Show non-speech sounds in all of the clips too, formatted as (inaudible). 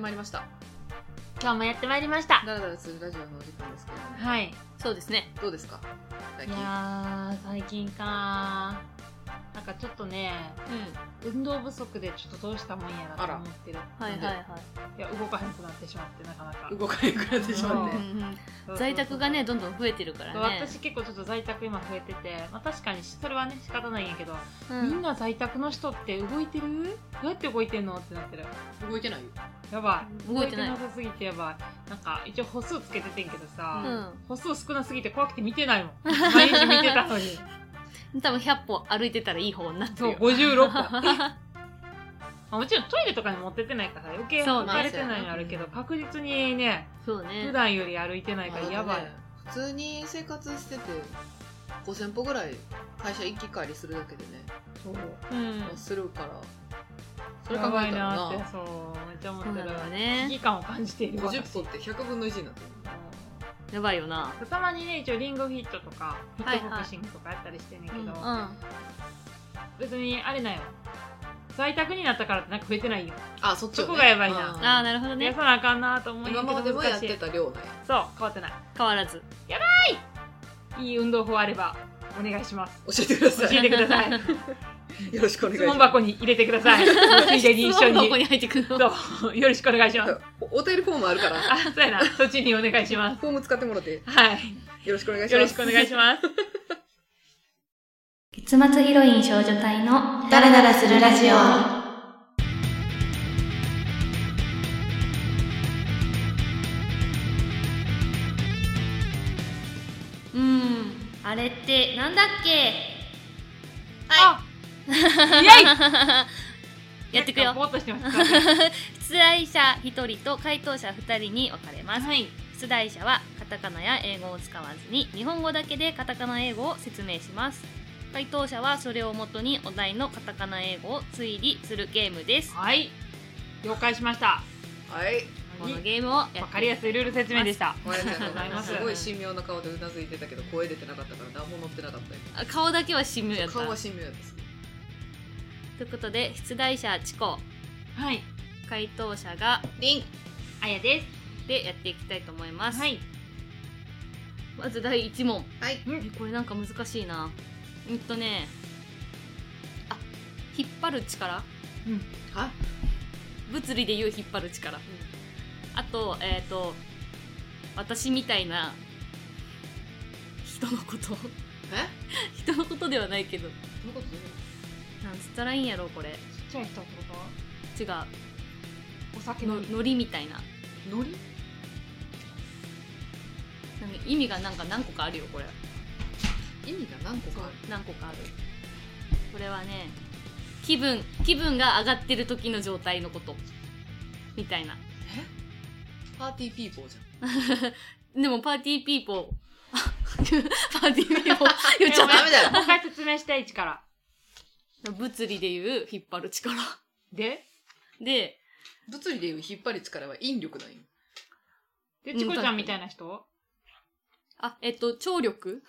まいりました今日もやってまいりましただらだらするラジオのお時間ですけれども、はいそうですねどうですか最い近やー最近かーなんかちょっとね運動不足でちょっとどうしたもんやなと思ってるはいはいはいいや動かへんくなってしまってなかなかうん動かなくなってしまっうてんうん在宅がねどんどん増えてるからね私結構ちょっと在宅今増えてて、まあ、確かにそれはね仕方ないんやけど、うんみんな在宅の人って動いてるどうやって動いてんのってなってる動いてないよやばい動いてないなさすぎてやばいなんか一応歩数つけててんけどさ、う歩数少なすぎて怖くて見てないもん毎日見てたのにん多分100歩歩いてたらいい方になってそうるよ56歩 (laughs) まあもちろんトイレとかに持ってってないから余計そう歩ねかれてないのあるけど、確実にねそう普ね段より歩いてないからやばい、あのね普通に生活してて5000歩ぐらい会社行き帰りするだけでね、そううんするからそれ考やばえいたらなーってなそうめっちゃ思っそうてなるのよ危ね機感を感じている50歩って100分の1になってるやばいよなたまにね一応リングフィットとかフィットボクシングとかやったりしてんねんけど、はいうん別にあれなんよ在宅になったからってなんか増えてないよあそっちよねそこがやばいなうんああなるほど増やねさなあかんなーと思うんや今まけでども難やっしいてた量ねそう変わってない変わらずいい運動法あればお願いします教えてくだ教 (laughs) さいえてくださいよろしくお願い質します問箱に入れてくださいついでに一緒ここにに入ってくるのそう (laughs) よろしくお願い (laughs) しますおお便りフォームあるから (laughs) あそうやなそっちにお願いしますフォーム使ってもらってはいよろしくお願いしよまろすしくお願いします月末ヒロイン少女隊のダラダラするラジオ。うんあれってなんだっけはい (laughs) やってくなよんかぼーっとしてます出題者1人と回答者2人に分かれます、はい出題者はカタカナや英語を使わずに日本語だけでカタカナ英語を説明します回答者はそれをもとにお題のカタカナ英語を推理するゲームですはい了解しましたはいこのゲームをやってわかりやすいルール説明でしたごめんなさいございますすごい神妙な顔でうなずいてたけど声出てなかったから何も乗ってなかったよあ顔だけは死ぬやった顔は神妙ですということで出題者チコはい回答者がリンあやですでやっていきたいと思います、はいまず第1問はいえこれなんか難しいなうんとねあ引っ張るは力物理で言う引っ張る力、あとえっ、と私みたいな人のこと (laughs) え人のことではないけどどういうことなんつったらいいんやろこれちっちゃい人ってこ違うとお酒のののりみたいなノリなんか意味がなんか何個かあるよこれ意味が何個かある何個かあるこれはね気分気分が上がってる時の状態のことみたいなパーティーピーポーじゃでもパーティーピーポー (laughs) あパーティーピーポー言っちゃっんダメだよもう一回説明して一からた物理で言う引っ張る力でで物理でいう引っ張る力は引力なんよでうんチコちゃんみたいな人あえっと聴力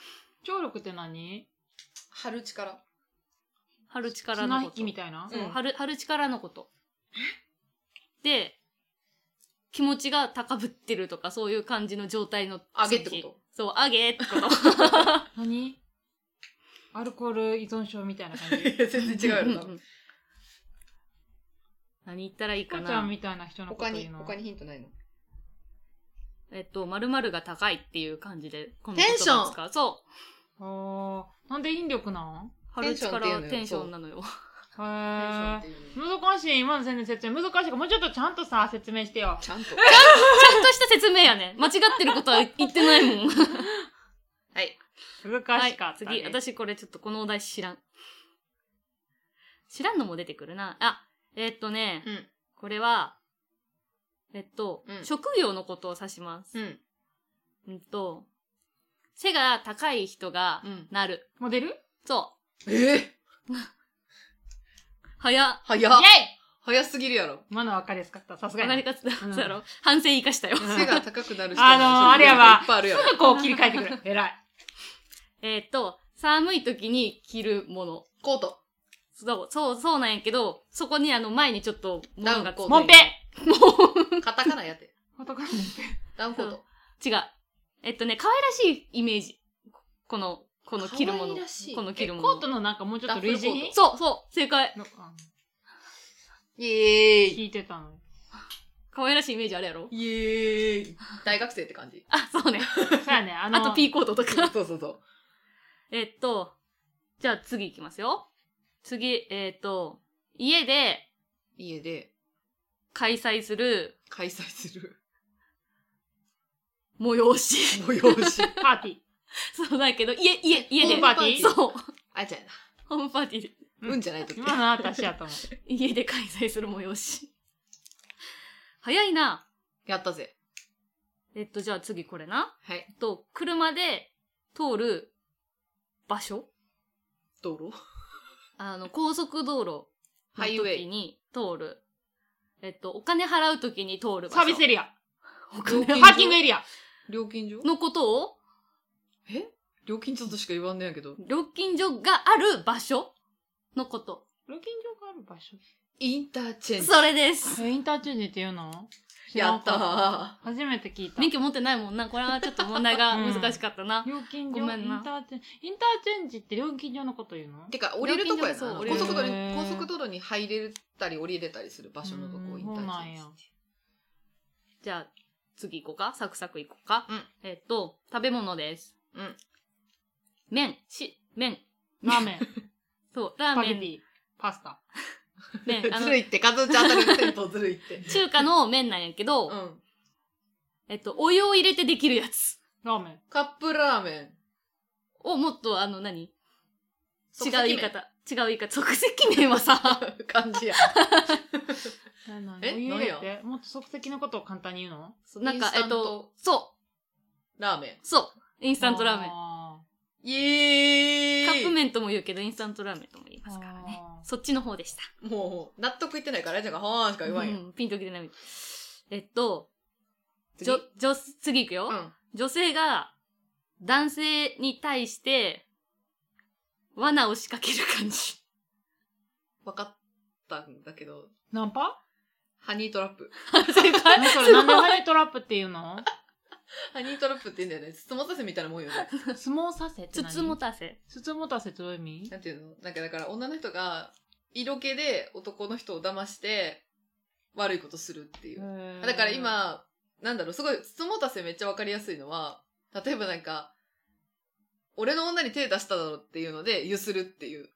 聴力って何張る力張る力綱の引こときみたいなそううん張る張る力のことで気持ちが高ぶってるとかそういう感じの状態の上げってことそう上げってこと何アルコール依存症みたいな感じいや全然違うよなうんうん何言ったらいいチコかちゃんなみたいな人のこと他言にうの他にヒントないのえっと、まるが高いっていう感じで、このテンション言葉を使うそあーなんで引力なんう。張る力はテンションなのよ。テへンションっーていう難しい今の先生説明難しいからもうちょっとちゃんとさ説明してよちゃんとちゃんとした説明やね。間違ってることは言ってないもん。はい難はいしかっ、た、ね次、私これちょっとこのお題知らん。知らんのも出てくるな。あ、えっとね、うんこれは、えっと、うん職業のことを指します。うんうんと、背が高い人がうんなる。モデルイェイそええう。早っ。早っ早すぎるやろ今のは分かりやすかったさすがわかりにかつだうんだろ。反省生かしたよ。背が高くなる人あのー職業がいっぱいあるやろすぐこう切り替えてく (laughs) る偉いえっと、寒い時に着るもの。コートそう、そう、そうなんやけど、そこにあの前にちょっと物ダウがついてるンコートモンペカタカナやって。カタカナって。ダンコート。違う。えっとね、可愛らしいイメージ。ここの、この着るも可の。愛らしいこの着えるもの。コートのなんかもうちょっと類似にそうそう、正解。のあのイエーイ。聞いてたのに。可愛らしいイメージあるやろイエーイ。大学生って感じ。あ、そうね。そうやね。あの、あとピーコートとか。 (laughs) そうそうそう。えっと、じゃあ次いきますよ。次、えっと、家で家で開催する開催する催し。 (laughs) 催し。パーティー。そうだけど、家、家、家ホーで。ムパーティーそう。あちゃんやホームパーティーで。な。うんじゃないとき。今の私やと思家で開催する催し。早いな。やったぜ。えっと、じゃあ次これな。はい。えっと、車で通る場所道路あの、高速道路ハイウのェ時イ。に通る。えっと、お金払う時に通るう。場所。サービスエリア。おパ金料金所ーキングエリア。料金所のことを、え料金所としか言わんねやけど。料金所がある場所のこと。料金所がある場所。インターチェンジ。それです。インターチェンジって言うのやった知らんかー。た初めて聞いた。免料許持ってないもんな。これはちょっと問題 (laughs) が難しかったな。金所ごめんなインターチェンジ。インターチェンジって料金所のこと言うのてか、降りるとこや料金な。所そう高速道路降りに、る高速道路に入れたり降りれたりする場所のとこうをんインターチェンジそ (laughs) うなんや。じゃあ、次行こうか。サクサク行こうか。うんえっと、食べ物です。うん。麺、し、麺。ラ (laughs) ーメン、そう、ラスパーメゲンテ。ィ、パスタ。麺、あずのる、いって、カズちゃん当たるテントずるいって。中華の麺なんやけど、うん。えっと、お湯を入れてできるやつラーメン。カップラーメン。をもっと、あの、何違う即席麺言い方。違う言い方。即席麺 (laughs) はさ、感じや。えお湯入れ何てもっと即席のことを簡単に言うのそうなんインかス、えタっンとト、そラーメン。う、そう、インスタントラーメン。あイエーイカップ麺とも言うけど、インスタントラーメンとも言いますからね。あーそっちの方でした。もう、納得いってないから、あれじゃんが、はーんしか言わんや。うんん、ピンときてない。えっと、次じょ、じょ、次行くよ。うん。女性が男性に対して罠を仕掛ける感じ。 (laughs) わかったんだけど、ナン (laughs) パハニートラップ。正解何それなんでハニートラップって言 (laughs) うのハニートラップって言うんだよね。つもたせみたいなもんよ (laughs) ね。相撲させってつ何つもたせ。つつもたせどういう意味なんていうのなんかだから女の人が色気で男の人を騙して悪いことするっていう。だから、今、なんだろう、すごい、つつもたせめっちゃわかりやすいのは、例えばなんか、俺の女に手出しただろっていうので、ゆするっていう。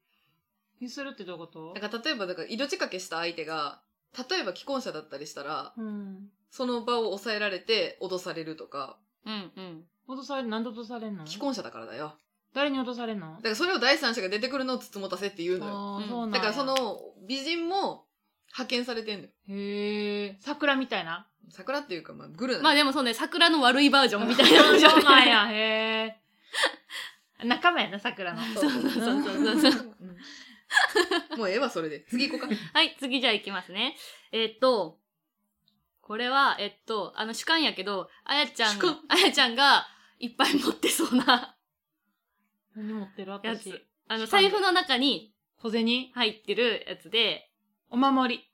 ゆするってどういうことなんか例えば、だから色仕掛けした相手が、例えば既婚者だったりしたら、うん。その場を抑えられて脅されるとか、うんうん。脅される、なんで脅されんの既婚者だからだよ。誰に脅されんのだからそれを第三者が出てくるのをつつもたせって言うのよ。あうんーそうなんやだからそ、の美人も派遣されてんのよ。へえ、桜みたいな。桜っていうか、まあ、グルなのまあでもそうね、桜の悪いバージョンみたいな感じ (laughs) (laughs) そうなんや、へえ。仲間やな、桜の。そうそうそうそうそうそう。うんもうええわ、それで。次行こうか。はい、次じゃあ行きますね。えっと、これは、えっと、あの主観やけど、あやちゃん主観、あやちゃんがいっぱい持ってそう (laughs) な何持ってるや私つ。。あの主観財布の中に小銭入ってるやつで、お守り。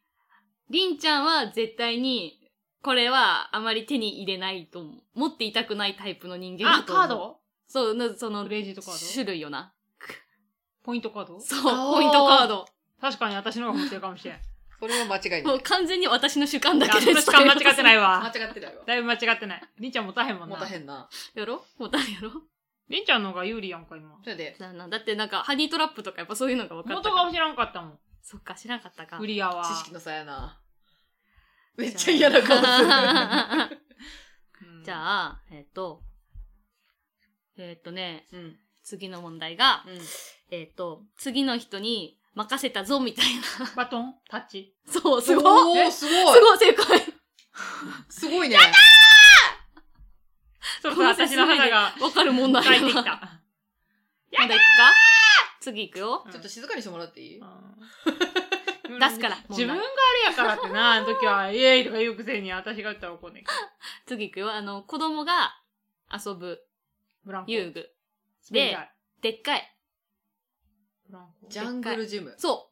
りんちゃんは絶対に、これはあまり手に入れないと思う。持っていたくないタイプの人間あだ、と思う。カードそう、なその、レジとカード種類よな。ポイントカードそう、あーポイントカード。確かに私の方が持ってるかも (laughs) しれん。それは間違いなもい。う完全に私の主観だいや、けそでのす。。時間間違ってないい間わ。違ってないわ。だいぶ (laughs) 間違ってない。りんちゃん持たへんもんもな。たへんな。やろもう誰やろりんちゃんの方が有利やんか、今。それで、だなだってなんか、ハニートラップとかやっぱそういうのが分かっ元たから。が知らんかったもん。そっか、知らなかったか。売り屋は。知識の差やな。めっちゃ嫌な顔 (laughs) すうんじゃあ、えっ、と、えっ、とね、る。うん。次の問題が、うん。えっ、と、次の人に任せたぞみたいな。 (laughs) バトンタッ (laughs) チそう、すおごい。ー、えすすごい。ごい、正解。すごいね。そうそう、私の肌がわかるもんなんやな咲いてき (laughs) た。まだ行くか次行くよ。ちょっと静かにしてもらって (laughs) いいうん出すから問題自分があれやからって (laughs) な、あの時は、イエーイとか言うくせに私が言ったら怒んねんけど。次行くよ。あの、子供が遊ぶブランコ。遊具。滑り台でっかい。ブランコ。ジャングルジム。そ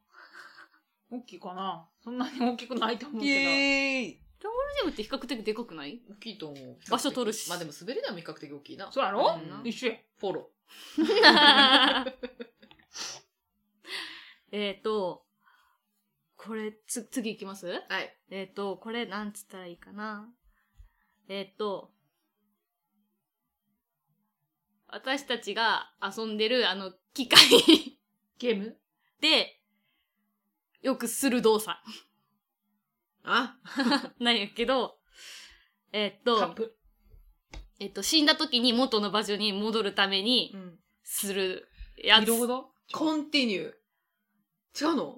大きいかなそんなに大きくないと思うイけエーイロールジムって比較的でか (laughs) くない大きいと思う。場所取るしまあでも滑り台も比較的大きいなど。。そうやろ、うん一緒や。フォロえっと、これ、つ、次行きますー。はい。えっ、と、これ、なんつったらいいかな。えっ、と、私たちが遊んでるあの機械 (laughs) ゲームで、よくする動作 (laughs) あなんやけど、えっ、カッと、プ。えっ、と、死んだ時に元の場所に戻るためにうん。するやいつ。ろいろコンティニュー。違うの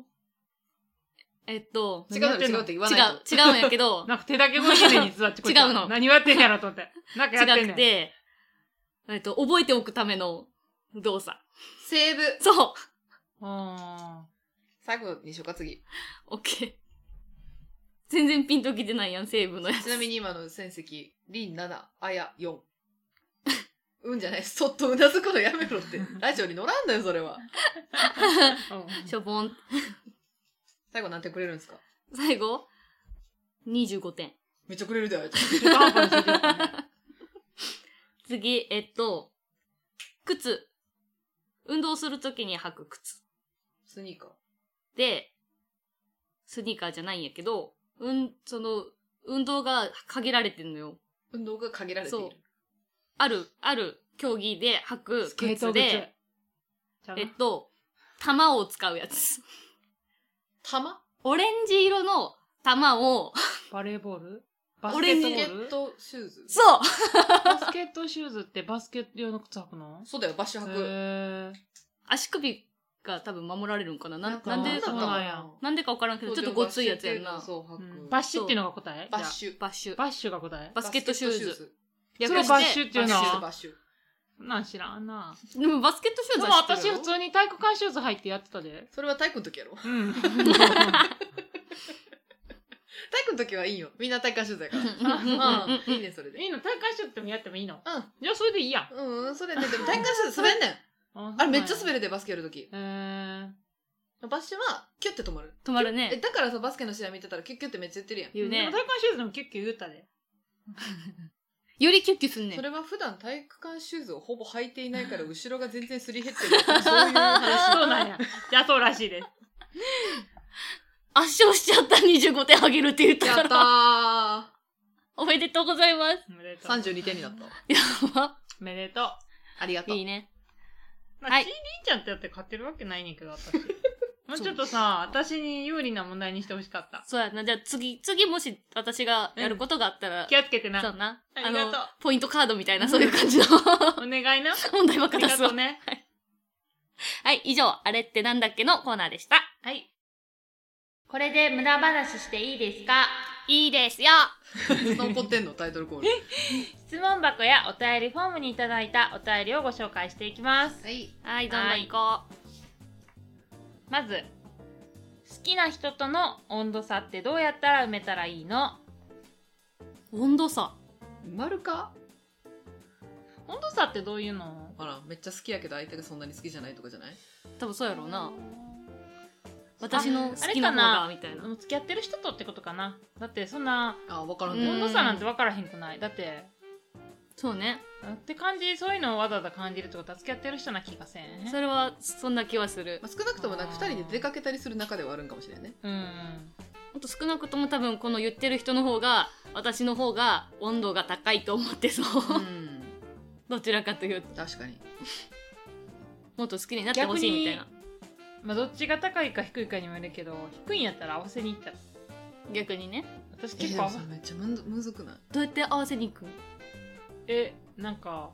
えっ、と、違う何やのってん違うって言のわないと。違う、違うんやけど、 (laughs) なんか手だけ越しでに座ってこいつ違うの何をやってんやろと思って。なんかやってん (laughs) ね違くん。て、えっと、覚えておくための動作。セーブ。そうう (laughs) ーん。最後にしようか、次。オッケー。全然ピンときてないやん、セーブのやつ。ちなみに今の戦績、リン7、あや4。うんじゃない、 (laughs) そっとうなずくのやめろって。ラジオに乗らんのよ、それは。しょぼん。最後何点くれるんですか最後 ?25 点。めっちゃくれるで、あやちゃん。中途半端にしてるよ (laughs) ね次、えっと、靴。運動するときに履く靴。スニーカー。で、スニーカーじゃないんやけど、うん、その、運動が限られてんのよ。運動が限られていそうる。。ある、ある競技で履くスケート靴靴。で、ちゃうなえっと、玉を使うやつ。玉オレンジ色の玉を、バレーボールバスオケレンッジトバスケッボールトシューズそうバスケットシューズってバスケット用の靴履くのそうだよ、バッシュ履く。へー足首が多分守られるんかなななんんかなんでそうかなんやなんでか分からんけどちょっとごついやつやんなそう、履うく。んバッシュっていうのが答えバッュ。シュ。バッシュバッシュが答えバスケットシューズバスケット略それしてバッシュっていうのバッシュ、はバッシュ。そんなん知らんな。でもバスケットシでューもズは知って私るよ普通に体育館シューズ履いてやってたで。それは体育の時や (laughs) ろ。体うん。 (laughs) 育の時はいいよ。みんな体育シューズやから。うんうんうん、いいね、それで。いいの体育館シューズでもやってもいいのうじゃあそれでいいや。ん。うん、それね、でも体育シューズ滑んねん。ああれめっちゃ滑る。るで、バスケやる時。えー、バッシュは、キュッて止まる。止まるえ、ねだからさ、バスケの試合見てたら、キュッキュッてめっちゃ言ってるやん。言うでねも体育館シューズでもキュッキュ言うたで。よりキュッキュすんねそんれは普段体育館シューズをほぼ履いていないから、後ろが全然すり減ってる。 (laughs) そういう話。そう (laughs) なんや。じゃあそうらしいです。圧勝しちゃった25点あげるって言ったやかっらた (laughs) ー。おめでとうございますおめでとう。 32点になった。おめでとう。ありがとう。いいねまあ、はいちいりんちゃんってやって勝てるわけないねんけど、私。もうちょっとさ、私に有利な問題にしてほしかった。そうやなじゃあ次次もし私がやることがあったら、気をつけてな。そうなありがとうのポイントカードみたいなそういう感 (laughs) じのお願いな。問題ばっあかりが出すとわうね。はい以上あれってなんだっけのコーナーでしたはい。これで無駄話していいですかいいですよ (laughs) 残ってんのタイトルコール。質問箱やお便りフォームにいただいたお便りをご紹介していきます。はい。はいどんどん行こまず、好きな人との温度差ってどうやったら埋めたらいいのう、温度差丸か温度差ってどういうのあら、めっちゃ好きやけど相手がそんなに好きじゃないとかじゃない多分そうやろうな私の好あれきなか方ながみたいな付き合ってる人とってことかな。だってそんな、あ、わからんうんね。温度差なんて分からへんくない。だって、そうねって感じ、そういうのをわざわざ感じるってことは付き合ってる人な気がせん。それはそんな気はするまあ、少なくともなんか2人で出かけたりする中ではあるんかもしれないね。うん。あと少なくとも多分この言ってる人の方が私の方が温度が高いと思ってそううん。どちらかというと (laughs) 確かに。もっと好きになってほしいみたいなまあ、どっちが高いか低いかにもよるけど、低いんやったら合わせに行ったら。逆にね私え、結でも構合わせさ、めっちゃむんどむずくないどうやって合わせに行くえなんか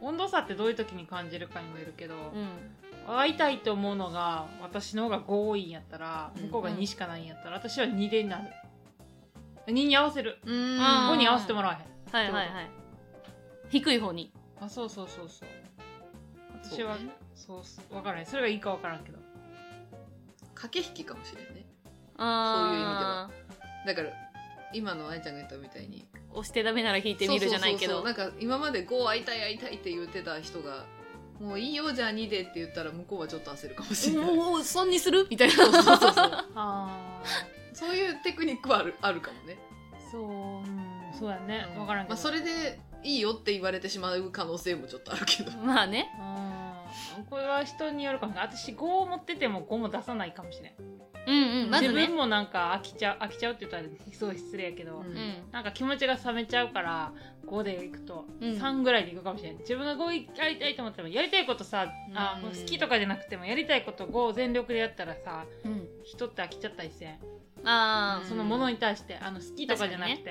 温度差ってどういう時に感じるかにもよるけど、うん会いたいと思うのが私の方が5多いんやったらうん向こうが2しかないんやったら、私は2でになる2に合わせるうーんあー5に合わせてもらわへはいはいはい低い方にんあそうそうそうそうそう私はねそう,、分からへんそれがいいか分からんけど駆け引きかもしれんね。ああだから、今の愛ちゃんが言ったみたいに。押してダメなら引いてみるじゃないけそどうそうそうそうなんか今まで5会いたい会いたいって言ってた人がもういいよじゃあ2でって言ったら向こうはちょっと焦るかもしれない、もう損にするみたいなそうそうそうそうあそういうテクニックはあるあるかもね、ーそう、うん、そうやねう分からんけまど、あ、それでいいよって言われてしまう可能性もちょっとあるけどまあねうんこれは人によるかもね私5を持ってても5も出さないかもしれん、うんうんまず自ね分もなんか飽きちゃう飽きちゃうって言ったらすごい失礼やけど、うんうんなんか気持ちが冷めちゃうから5でいくとうん3ぐらいでいくかもしれない、自分が5やりたいと思ってもやりたいことさ、あうんもう好きとかじゃなくてもやりたいこと5を全力でやったらさうん人って飽きちゃったりせんあそのものに対してあの好きとかじゃなくて、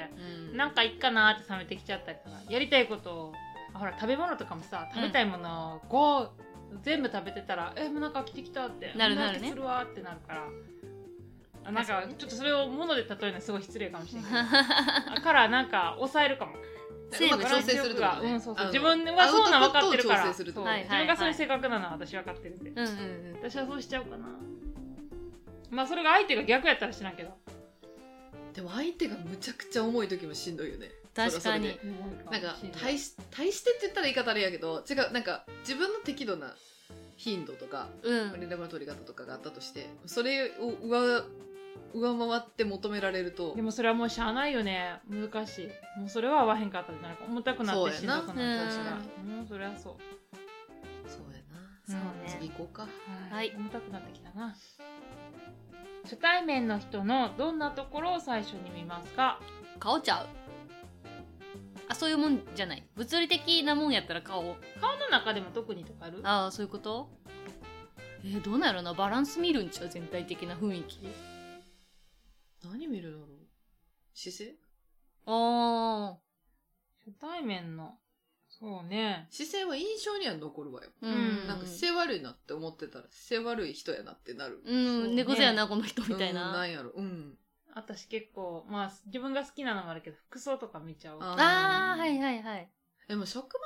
うんなんかいっかなーって冷めてきちゃったりとかやりたいことをあほら食べ物とかもさ食べたいものをこう、全部食べてたらえもうなんか飽きてきたってなるもうなるね飽きするわーってなるから。あなん確かかにねちょっとそれを物で例えるのはすごい失礼かもし (laughs) れないあだからなんか抑えるかもうまく調整するってことねうんそうそうあの自分はそうなの分かってるからアウトプットを調整するってことそうはい自分がそういう性格なのは私分かってるんで、うんうんうん私はそうしちゃうかなまあそれが相手が逆やったら知らんけどでも相手がむちゃくちゃ重い時もしんどいよね確かにそれはそれでなんか対し対してって言ったら言い方あれやけど違うなんか自分の適度な頻度とかうん連絡の取り方とかがあったとしてそれを上上回って求められるとでもそれはもうしゃあないよね難しいもうそれは合わへんかったってなるか重たくなってしんどくなったりしたらもうそれはそうそうやなそうね次行こうかはい重たくなってきたな初対面の人のどんなところを最初に見ますか顔ちゃうあそういうもんじゃない物理的なもんやったら顔顔の中でも特にとかあるああそういうことえー、どうなんやろなバランス見るんちゃう全体的な雰囲気何見るだろう姿勢ああ初対面のそうね姿勢は印象には残るわよ、うんなんか姿勢悪いなって思ってたら姿勢悪い人やなってなるうん、そうね猫背やなこの人みたいうんなな、んやろうん私結構まあ自分が好きなのもあるけど服装とか見ちゃうあああはいはいはいでも職場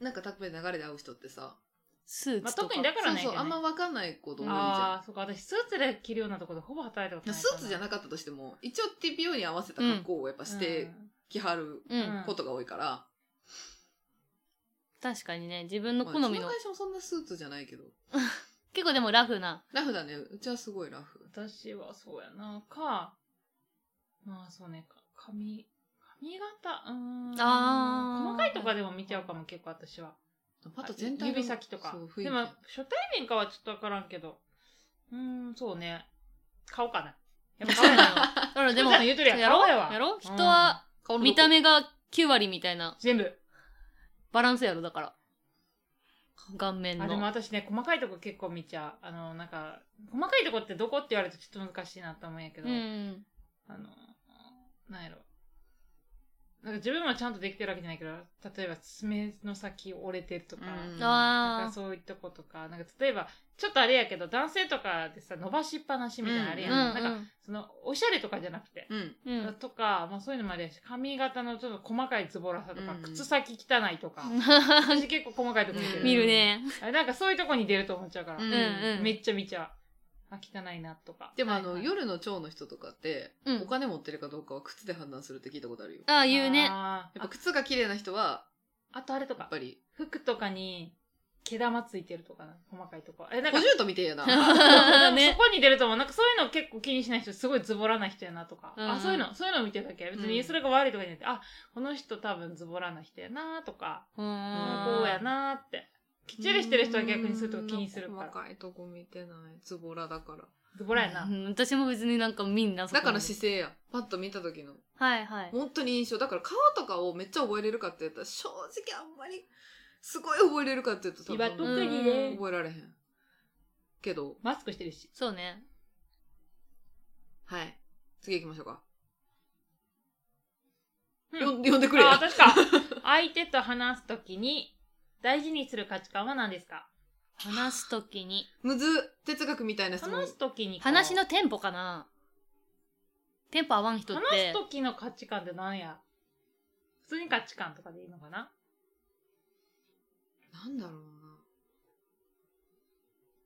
のなんか宅配流れで会う人ってさスーまあ、ツとか、特にだからねそうそうあんま分かんないこと多いじゃあーそうか私スーツで着るようなところでほぼ働いたことんないスーツじゃななかったとしても一応 TPO に合わせた格好をやっぱしてきはるうん、うんことが多いから、確かにね自分うのまあ好みうちの会社もそんなスーツじゃないけど結構でもラフ (laughs) なラフだねうちはすごいラフ私はそうやなかまあそうねか髪髪型うーんあー細かいとかでも見ちゃうかも結構私はあと全体の指先とかそう雰囲気でも初対面かはちょっと分からんけどうーんそうね顔かなやっぱ顔 (laughs) やなだ (laughs) からででもも言うとるやんや顔やわろやろ人は顔のどこ見た目が9割みたいな全部バランスやろだから顔面あでもの私ね細かいとこ結構見ちゃうあのなんか細かいとこってどこって言われるとちょっと難しいなと思うんやけど、うんあのなんやろなんか自分もちゃんとできてるわけじゃないけど例えば爪の先折れてるとか,、うんなんあかーそういうとことかなんか例えばちょっとあれやけど男性とかでさ伸ばしっぱなしみたいなのあれうやんん,、うんなんかそのおしゃれとかじゃなくて、うんうんとか、まあ、そういうのもあるやし髪型のちょっと細かいズボラさとか、うん靴先汚いとか、私結構細かいとこ見てる、うん見るねあれなんかそういうとこに出ると思っちゃうから、うんうんめっちゃ見ちゃうあ汚いなとかでもあの、はいはい夜の蝶の人とかって、うんお金持ってるかどうかは靴で判断するって聞いたことあるよ。ああ言うねあーやっぱ靴が綺麗な人は、ああとあれとやかっぱり、服とかに毛玉ついてるとかな細かいとこえなん五か十と見てえやな。 (laughs) なんか (laughs) ねそこに出ると思うなんかそういうの結構気にしない人すごいズボラな人やなとか、うんあそういうのそういうの見てるだけ別にそれが悪いとかじゃなくて、あこの人多分ズボラな人やなとかうーんこうやなってきっちりしてる人は逆にそういうとこ気にするから若いとこ見てない。ズボラだから。ズボラやな、うん私も別になんかみんなそこだから姿勢や。パッと見た時の。はいはい本当に印象。だから顔とかをめっちゃ覚えれるかって言ったら、正直あんまり、すごい覚えれるかって言うと多今分、特にね、うん覚えられへん。けど、マスクしてるしそうねはい。次行きましょうか。うんよん呼んでくれあや。確か相手と話すときに大事にする価値観は何ですか話すときにむず、哲学みたいな質問話。すときにこう話のテンポかなテンポ合わん人って話すときの価値観って何や普通に価値観とかでいいのかななんだろう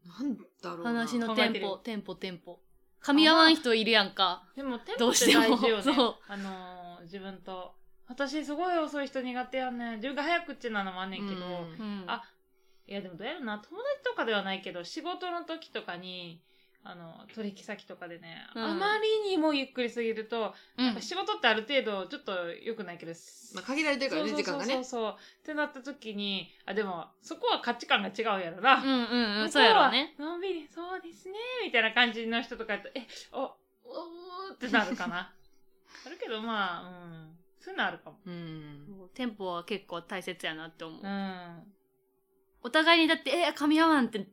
な。なんだろうな。話のテンポ考テンポテンポ噛み合わん人いるやんかでもテンどポっうしてても大事よねそうあのー自分と私すごい遅い人苦手やねん自分が早口なのもあんねんけうど、んうんあいやでもどうやるな友達とかではないけど仕事の時とかにあの取引先とかでね、うんあまりにもゆっくりすぎると、うんやっぱ仕事ってある程度ちょっと良くないけど、まあ、限られてるからね、時間がそうそうね。そうってなった時にあでもそこは価値観が違うやろな、うんうんうん、そうやろうね。向こうはのんびりそうですねみたいな感じの人とかやとえおおおってなるか (laughs) なあるけどまあうんそういうのあるかもうん。テンポは結構大切やなって思う。うんお互いにだって、えー、噛み合わんって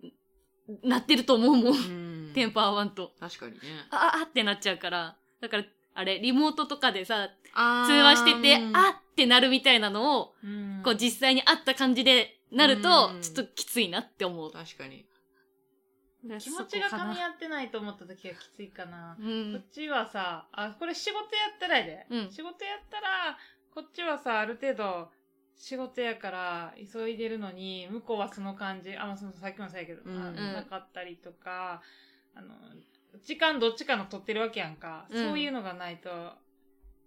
なってると思うもん。うんテンポ合わんと。確かにね。あ、あってなっちゃうから。だから、あれ、リモートとかでさ、あー通話しててう、んあってなるみたいなのを、うんこう実際に会った感じでなるとうん、ちょっときついなって思う。確かに。気持ちがそこか噛みな合ってないと思った時はきついかな、うこんっ。ちはさあこれ仕事やったらやで、うん仕事やったらこっちはさある程度仕事やから急いでるのに向こうはその感じあまあそのさっきもそうやけど、うんあうんなかったりとかあの時間どっちかの取ってるわけやんか、うんそういうのがないと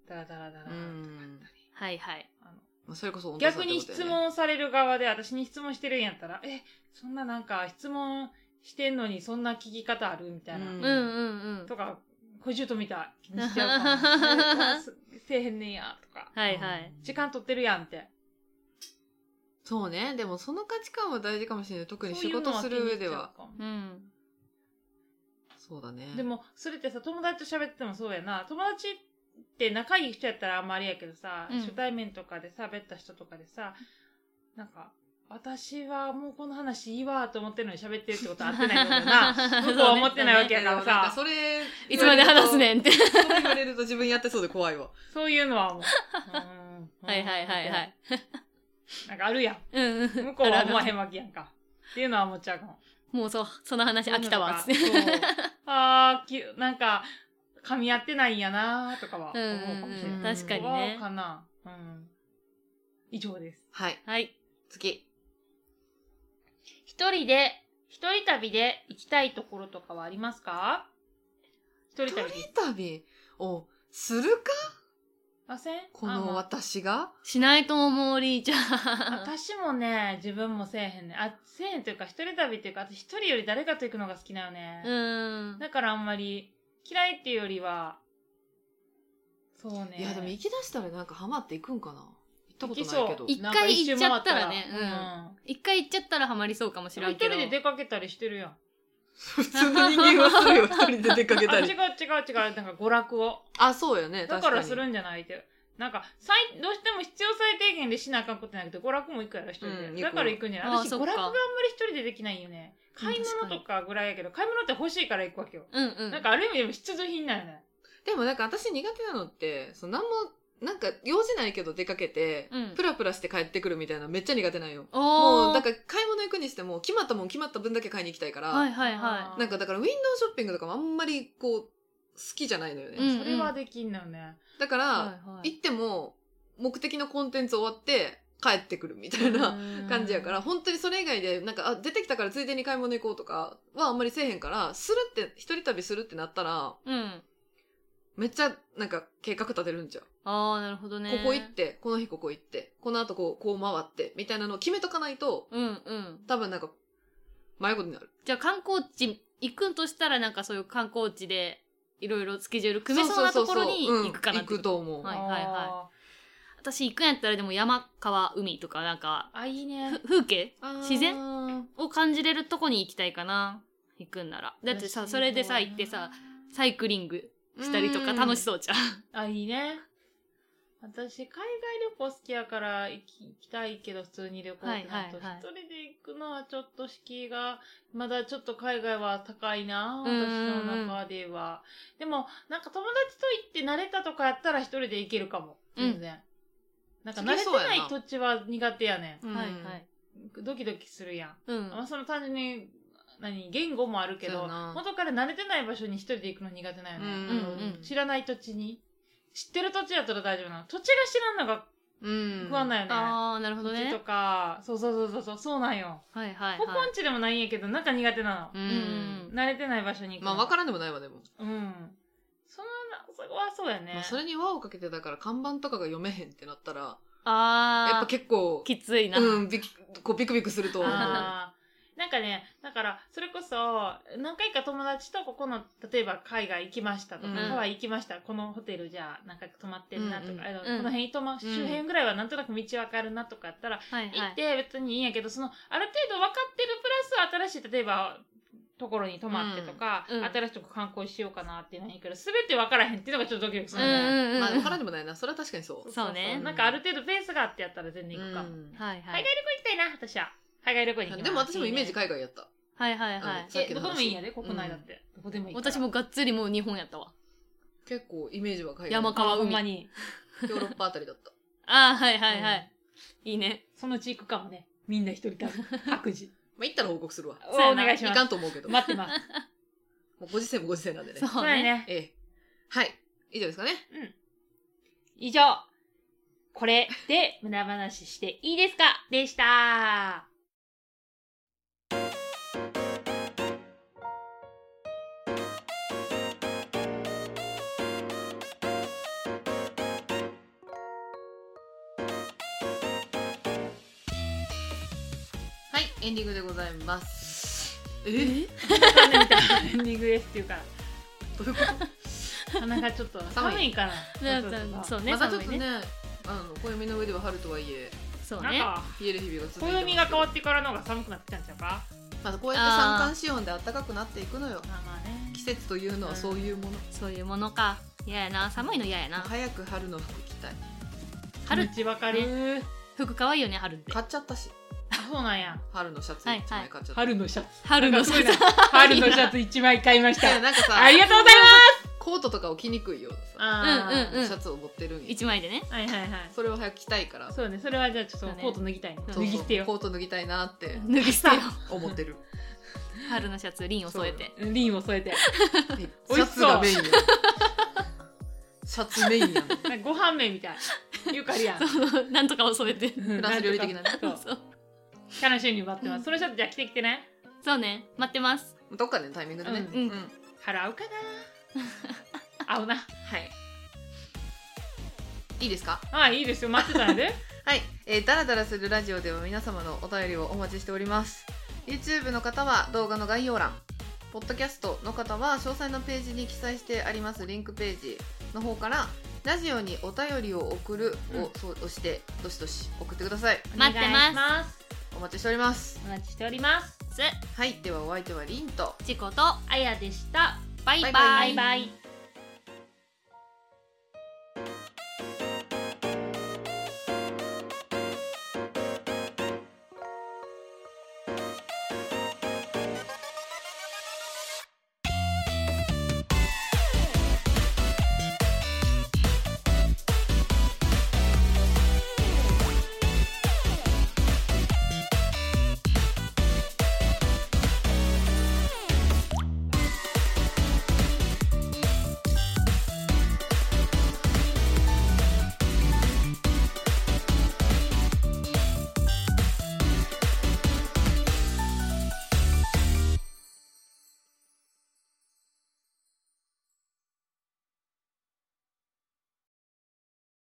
ダラダラダラとうかん。はいはい。あのまあ、それこそ温度差ってこ逆とだよね、に質問される側で私に質問してるんやったらえそんななんか質問してんのにそんな聞き方あるみたいな、うんうんうんうん。とか小じゅうとみたい気にしちゃうかな (laughs) それせえへんねんやとかはいはい。時間取ってるやんってそうね。でもその価値観は大事かもしれない。特にそう仕いうの事はする上では。気にしちゃうかもうん。そうだね。で、もそれってさ友達と喋ってもそうやな友達って仲いい人やったらあんまりやけどさ、うん初対面とかでさ喋った人とかでさなんか私はもうこの話いいわと思ってるのに喋ってるってことはあってないと思うよ (laughs) な向こうは思ってないわけやからなんかさそれ、いつまで話すねんって。それ言われると自分やってそうで怖いわ。そういうのはもううんはいはいはいはい。なんかあるやんうんうん。向こうは思わへん。んわけやんかっていうのは思っちゃうかももうそう、その話飽き (laughs) たわ。つってそうあーきなんか噛み合ってないんやなーとかはうん思うかもしれうんうん。ない。確かにそねこ。はかな。うん。以上です。はい。はい。次。一人で一人旅で行きたいところとかはありますか？一人一旅人旅をするかあせん？こあのまあ私がしないと思う、リーちゃん。私もね、自分もせえへんね。あ、せえへんというか、一人旅っていうか、私一人より誰かと行くのが好きなよね。 (laughs) うん。だからあんまり、嫌いっていうよりは、そうね。いや、でも行き出したらなんかハマっていくんかな行ったこと行きそうないけど。一回行っちゃったなんらねか一周回ったらうん一回行っちゃったらハマりそうかもしらん一け人ど。で出かけたりしてるやん。普通の人間はそうよ。一人で出かけあた (laughs) 違う違りう違う。、なんか娯楽を。あ、そうよね。だ確かからにするんじゃないって。なんか、最、どうしても必要最低限でしなあかんことないけど、娯楽も行くやろ、一人で。うん行くだから行くんじゃないあ私、そっ娯か楽があんまり一人でできないよね。買い物とかぐらいやけど、買い物って欲しいから行くわけよ。うんうん。なんか、ある意味でも必需品なんよね。でもなんか私苦手なのって、そのなんも、なんか用事ないけど出かけて、うんプラプラして帰ってくるみたいなのめっちゃ苦手なんよ。おもーうだから買い物行くにしても決まったもん決まった分だけ買いに行きたいから、はいはいはなんかだからウィンドウショッピングとかもあんまりこう好きじゃないのよね。うんそれはできんのよね。だから、い。はいはい行っても目的のコンテンツ終わって帰ってくるみたいな感じやから、本当にそれ以外でなんかあ出てきたからついでに買い物行こうとかはあんまりせえへんからするって一人旅するってなったらうん。めっちゃなんか計画立てるんじゃん。ああ、なるほどね。ここ行って、この日ここ行って、この後こう、こう回って、みたいなのを決めとかないと、うんうん。多分なんか、迷子になる。じゃあ観光地行くんとしたらなんかそういう観光地でいろいろスケジュール組めそうなところにそうそうそううん行くかなって行くと思う。はいはいあ私行くんやったらでも山川海とかなんかーあ、いいねふ。風景あー自然を感じれるとこに行きたいかな行くんなら (laughs) だってさそれでさ行ってさサイクリングしたりとか楽しそうじゃんあ、いいね。私、海外旅行好きやから行き行きたいけど、普通に旅行ってなると、一、はいはいはい人で行くのはちょっと敷居が、まだちょっと海外は高いな、うんうん私の中では。でも、なんか友達と行って慣れたとかやったら一人で行けるかも。うん全然。なんか慣れてない土地は苦手やねうん。はいはいん。ドキドキするやん。うんまあ、その単純に、何、言語もあるけそうどやな、元から慣れてない場所に一人で行くの苦手なんよね。うんうん知らない土地に知ってる土地やったら大丈夫なの土地が知らんのがうん。不安だよね、ああなるほど土地ねとかそうそうそうそうそうそうなんよ、はいはいここはんちでもないんやけどなんか苦手なう。の、いうんん慣れてない場所に行くまあ、わからんでもないわ、でも。らうんそのなそこはそうやね、まあ、それに輪をかけて、だから看板とかが読めへんってなったら、あーやっぱ結構、きついな。うん、びこうビクビクすると思う。あーなんかね、だから、それこそ、何回か友達とここの、例えば海外行きましたとか、うんハワイ行きました、このホテルじゃあ何回か泊まってるなとか、うんうんあのんこの辺に泊ま、周辺ぐらいはなんとなく道わかるなとかあったら、はいは行っい。て別にいいんやけど、その、ある程度分かってるプラス、新しい、例えば、ところに泊まってとか、うんうん新しいとこ観光しようかなっていうのはいいけど、すべて分からへんっていうのがちょっとドキドキすうんるね。うんうん。まあ、わからんでもないな。それは確かにそう。そうねなんかある程度ペースがあってやったら全然行くか。うんはいは海外旅。行い行きたいな、私は。海外旅行に行きますでも私もイメージ海外やった。はいはいはういん。さっえ、きの話どこでもいいんやで、国内だって。どこでもいいから。私もがっつりもう日本やったわ。結構イメージは海外。山あ、川ほんま海。に。ヨーロッパあたりだった。ああ、はいはいはい。いいね。そのうち行くかもね。みんな一人 (laughs) 旅。各自。まあ、行ったら報告するわ。お願いしいますか。んと思うけど。も待ってます。うご時世もご時世なんでね。 (laughs) そうそうやね。ね。ええ。はい。以上ですかね。以上。これで無駄話していいですかでした。はい、エンディングでございます。え残念みたいなエンディングですっていうかどういうことら、なんかちょっと寒い寒いから。なんそうそうそかうそうね。またちょっと寒いね、あの、暦の上では春とはいえ、そうなんね。か、冷える日々が続いてますけど。暦が変わってからの方が寒くなってきたんちゃうかまあ、こうやって三寒四温で暖かくなっていくのよ。まあまあね。季節というのはそういうもの。そういうものか。嫌やな。寒いの嫌やな。早く春の服着たい。春気持ちわかる。服可愛いよね、春って。買っちゃったし、あ、そうなんや。春のシャツはい一枚買っちゃった。春のシャツ。春のなんかすごいな春のシャツ1枚買いましい (laughs) たや。なんかさ、ありがとうございます。コートとかを着にくいようなさ、あうんシャツを持ってるんや一枚でね。ーはいはいはい。それを早く着たいから、そうね、それはじゃあちょっとそうねコート脱ぎたいね。そそうう脱ぎ捨てよ。コート脱ぎたいなって脱ぎ捨てよ。思って (laughs) る。春のシャツ、リンを添えて。リンを添えて。シャツがメインや。 (laughs) シャツメインやん。なんかご飯麺みたい。ゆかりやん。そうなんとかを添えて。フランス料理的なねそう。そう楽しみに待ってます。そのシャツじゃあ着てきてね。そうね。待ってます。どっかでのタイミングでね。うんうん払うかな。 (laughs) 合うな。はい。いいですかああ、いいですよ。待ってたんで。はい、えー、ダラダラするラジオでは皆様のお便りをお待ちしております。YouTube の方は動画の概要欄、ポッドキャストの方は詳細のページに記載してありますリンクページの方からラジオにお便りを送るを、そう押してどしどし送ってください。お願い (laughs) 待ってますします。お待ちしております。お待ちしております。はい、ではお相手はリンと。チコとあやでした。バイバイ。ババイバイ。